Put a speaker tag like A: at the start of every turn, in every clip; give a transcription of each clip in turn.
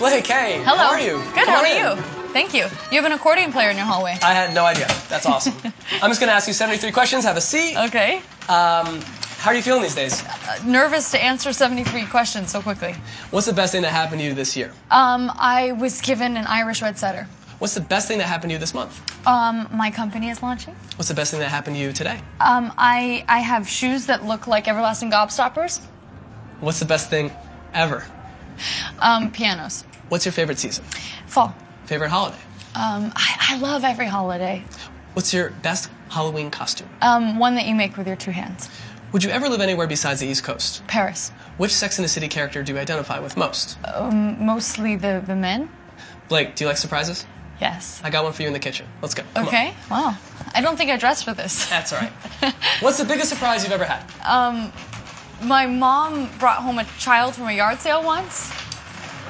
A: Well, hey, Kay.
B: Hello.
A: How are you?
B: Good.
A: Come
B: how
A: on
B: are
A: in.
B: you? Thank you. You have an accordion player in your hallway.
A: I had no idea. That's awesome. I'm just going to ask you 73 questions. Have a seat.
B: Okay.
A: How are you feeling these days?
B: Uh, Nervous to answer 73 questions so quickly.
A: What's the best thing that happened to you this year?
B: Um, I was given an Irish red setter.
A: What's the best thing that happened to you this month?
B: Um, my company is launching.
A: What's the best thing that happened to you today?
B: Um, I I have shoes that look like everlasting gobstoppers.
A: What's the best thing ever?
B: Um, pianos.
A: What's your favorite season?
B: Fall.
A: Favorite holiday?
B: Um, I, I love every holiday.
A: What's your best Halloween costume?
B: Um, one that you make with your two hands.
A: Would you ever live anywhere besides the East Coast?
B: Paris.
A: Which Sex in the City character do you identify with most?
B: Mostly the the men.
A: Blake, do you like surprises?
B: Yes.
A: I got one for you in the kitchen. Let's go. Come on.
B: Okay. Wow. I don't think I dressed for this.
A: That's all right. What's the biggest surprise you've ever had?
B: Um, My mom brought home a child from a yard sale once.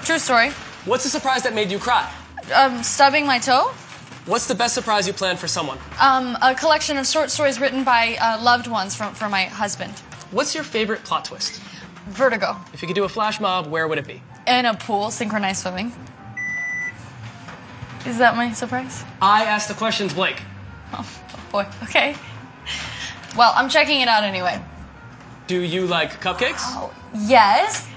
B: True story.
A: What's the surprise that made you cry?
B: Um, stubbing my toe.
A: What's the best surprise you planned for someone?
B: Um, a collection of short stories written by uh, loved ones from for my husband.
A: What's your favorite plot twist?
B: Vertigo.
A: If you could do a flash mob, where would it be?
B: In a pool, synchronized swimming. Is that my surprise?
A: I asked the questions, Blake.
B: Oh, boy. Okay. Well, I'm checking it out anyway.
A: Do you like cupcakes?
B: Oh, yes.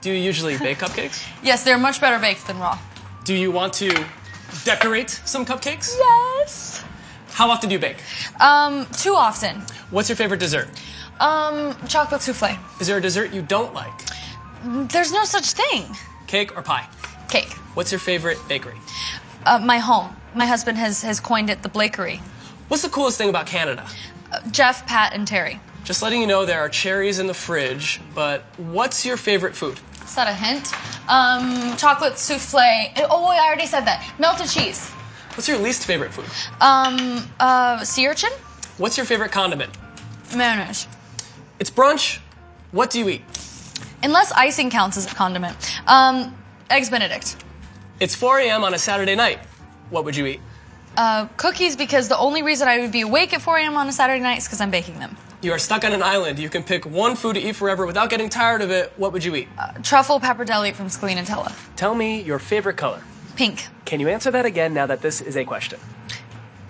A: Do you usually bake cupcakes?
B: Yes, they're much better baked than raw.
A: Do you want to decorate some cupcakes?
B: Yes.
A: How often do you bake?
B: Um, too often.
A: What's your favorite dessert?
B: Um, chocolate souffle.
A: Is there a dessert you don't like?
B: There's no such thing.
A: Cake or pie?
B: Cake.
A: What's your favorite bakery?
B: Uh, my home. My husband has, has coined it the Blakery.
A: What's the coolest thing about Canada?
B: Uh, Jeff, Pat, and Terry.
A: Just letting you know there are cherries in the fridge, but what's your favorite food?
B: Is that a hint? Um, chocolate souffle. Oh, wait, I already said that. Melted cheese.
A: What's your least favorite food?
B: Um, uh, sea urchin?
A: What's your favorite condiment?
B: Mayonnaise.
A: It's brunch. What do you eat?
B: Unless icing counts as a condiment. Um, eggs Benedict.
A: It's 4 a.m. on a Saturday night. What would you eat?
B: Uh, cookies because the only reason I would be awake at 4 a.m. on a Saturday night is because I'm baking them.
A: You are stuck on an island. You can pick one food to eat forever without getting tired of it. What would you eat?
B: Uh, Truffle pappardelle from Scalinatella.
A: Uh, Tell me your favorite color.
B: Pink.
A: Can you answer that again now that this is a question?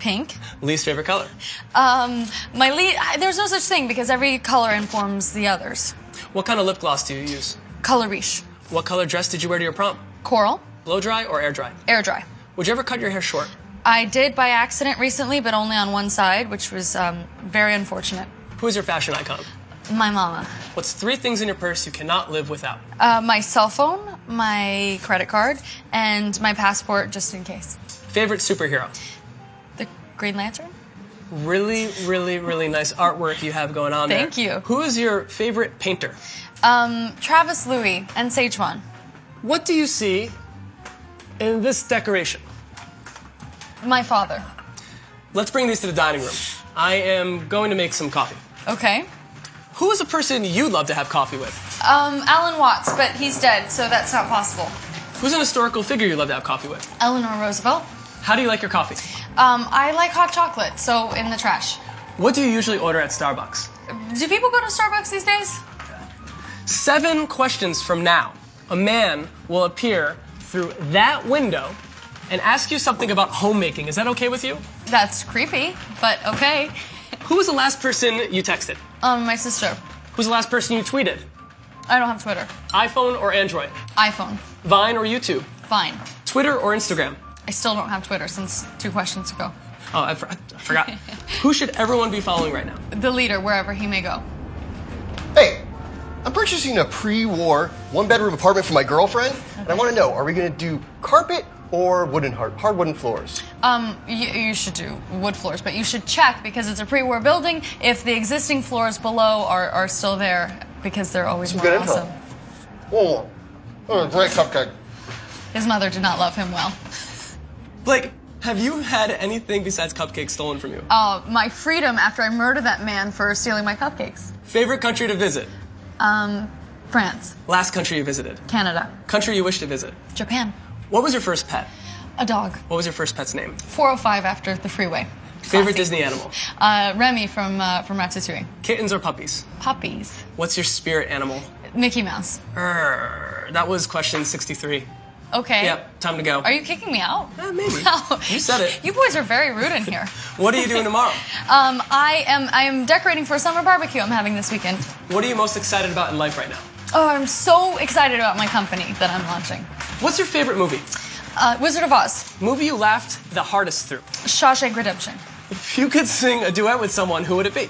B: Pink.
A: Least favorite color.
B: Um, my lead. I, there's no such thing because every color informs the others.
A: What kind of lip gloss do you use?
B: Colorish.
A: What color dress did you wear to your prom?
B: Coral.
A: Blow dry or air dry?
B: Air dry.
A: Would you ever cut your hair short?
B: I did by accident recently, but only on one side, which was um, very unfortunate.
A: Who is your fashion icon?
B: My mama.
A: What's three things in your purse you cannot live without?
B: Uh, my cell phone, my credit card, and my passport just in case.
A: Favorite superhero?
B: The Green Lantern?
A: Really, really, really nice artwork you have going on there.
B: Thank you.
A: Who is your favorite painter?
B: Um, Travis Louis and Sageman.
A: What do you see in this decoration?
B: My father.
A: Let's bring these to the dining room. I am going to make some coffee.
B: Okay.
A: Who is a person you'd love to have coffee with?
B: Um, Alan Watts, but he's dead, so that's not possible.
A: Who's an historical figure you'd love to have coffee with?
B: Eleanor Roosevelt.
A: How do you like your coffee?
B: Um, I like hot chocolate, so in the trash.
A: What do you usually order at Starbucks?
B: Do people go to Starbucks these days?
A: Seven questions from now, a man will appear through that window and ask you something about homemaking. Is that okay with you?
B: That's creepy, but okay.
A: Who was the last person you texted?
B: Um, my sister.
A: Who's the last person you tweeted?
B: I don't have Twitter.
A: iPhone or Android?
B: iPhone.
A: Vine or YouTube?
B: Fine.
A: Twitter or Instagram?
B: I still don't have Twitter since two questions ago.
A: Oh, I, for- I forgot. Who should everyone be following right now?
B: The leader, wherever he may go.
C: Hey, I'm purchasing a pre-war one-bedroom apartment for my girlfriend, and I want to know: Are we going to do carpet or wooden hard hard wooden floors?
B: Um, you, you should do wood floors, but you should check because it's a pre-war building. If the existing floors below are, are still there, because they're always
C: Some
B: more
C: good info.
B: awesome.
C: Oh, oh great cupcake.
B: His mother did not love him well.
A: Blake, have you had anything besides cupcakes stolen from you?
B: Uh, my freedom after I murdered that man for stealing my cupcakes.
A: Favorite country to visit?
B: Um, France,
A: Last country you visited?
B: Canada,
A: Country you wish to visit?
B: Japan.
A: What was your first pet?
B: A dog.
A: What was your first pet's name?
B: 405 after the freeway.
A: Favorite
B: Classy.
A: Disney animal?
B: Uh, Remy from uh, from Ratatouille.
A: Kittens or puppies?
B: Puppies.
A: What's your spirit animal?
B: Mickey Mouse.
A: Err, that was question 63.
B: Okay.
A: Yep, time to go.
B: Are you kicking me out?
A: Eh, maybe.
B: No.
A: You said it.
B: You boys are very rude in here.
A: What are you doing tomorrow?
B: Um, I am I am decorating for a summer barbecue I'm having this weekend.
A: What are you most excited about in life right now?
B: Oh, I'm so excited about my company that I'm launching.
A: What's your favorite movie?
B: Uh, Wizard of Oz,
A: Movie you laughed the hardest through.
B: Shawshank Redemption,
A: If you could sing a duet with someone, who would it be?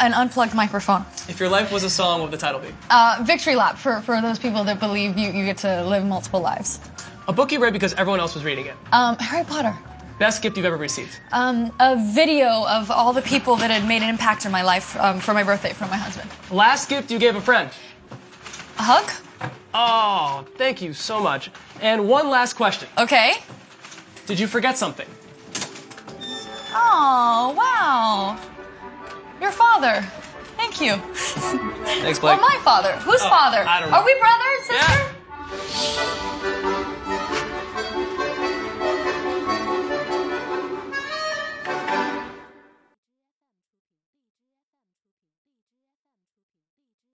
B: an unplugged microphone.
A: If your life was a song, what would the title be?
B: Uh, victory lap for, for those people that believe you, you get to live multiple lives.
A: A book you read because everyone else was reading it.
B: Um, Harry Potter.
A: Best gift you've ever received.
B: Um, a video of all the people that had made an impact in my life um, for my birthday from my husband.
A: Last gift you gave a friend.
B: A hug?
A: Oh, thank you so much. And one last question.
B: Okay.
A: Did you forget something?
B: Oh, wow. Your father. Thank you.
A: Thanks,
B: Or
A: Blake.
B: my father. Whose
A: Oh,
B: father?
A: I don't know.
B: Are we brother and sister?
A: Yeah.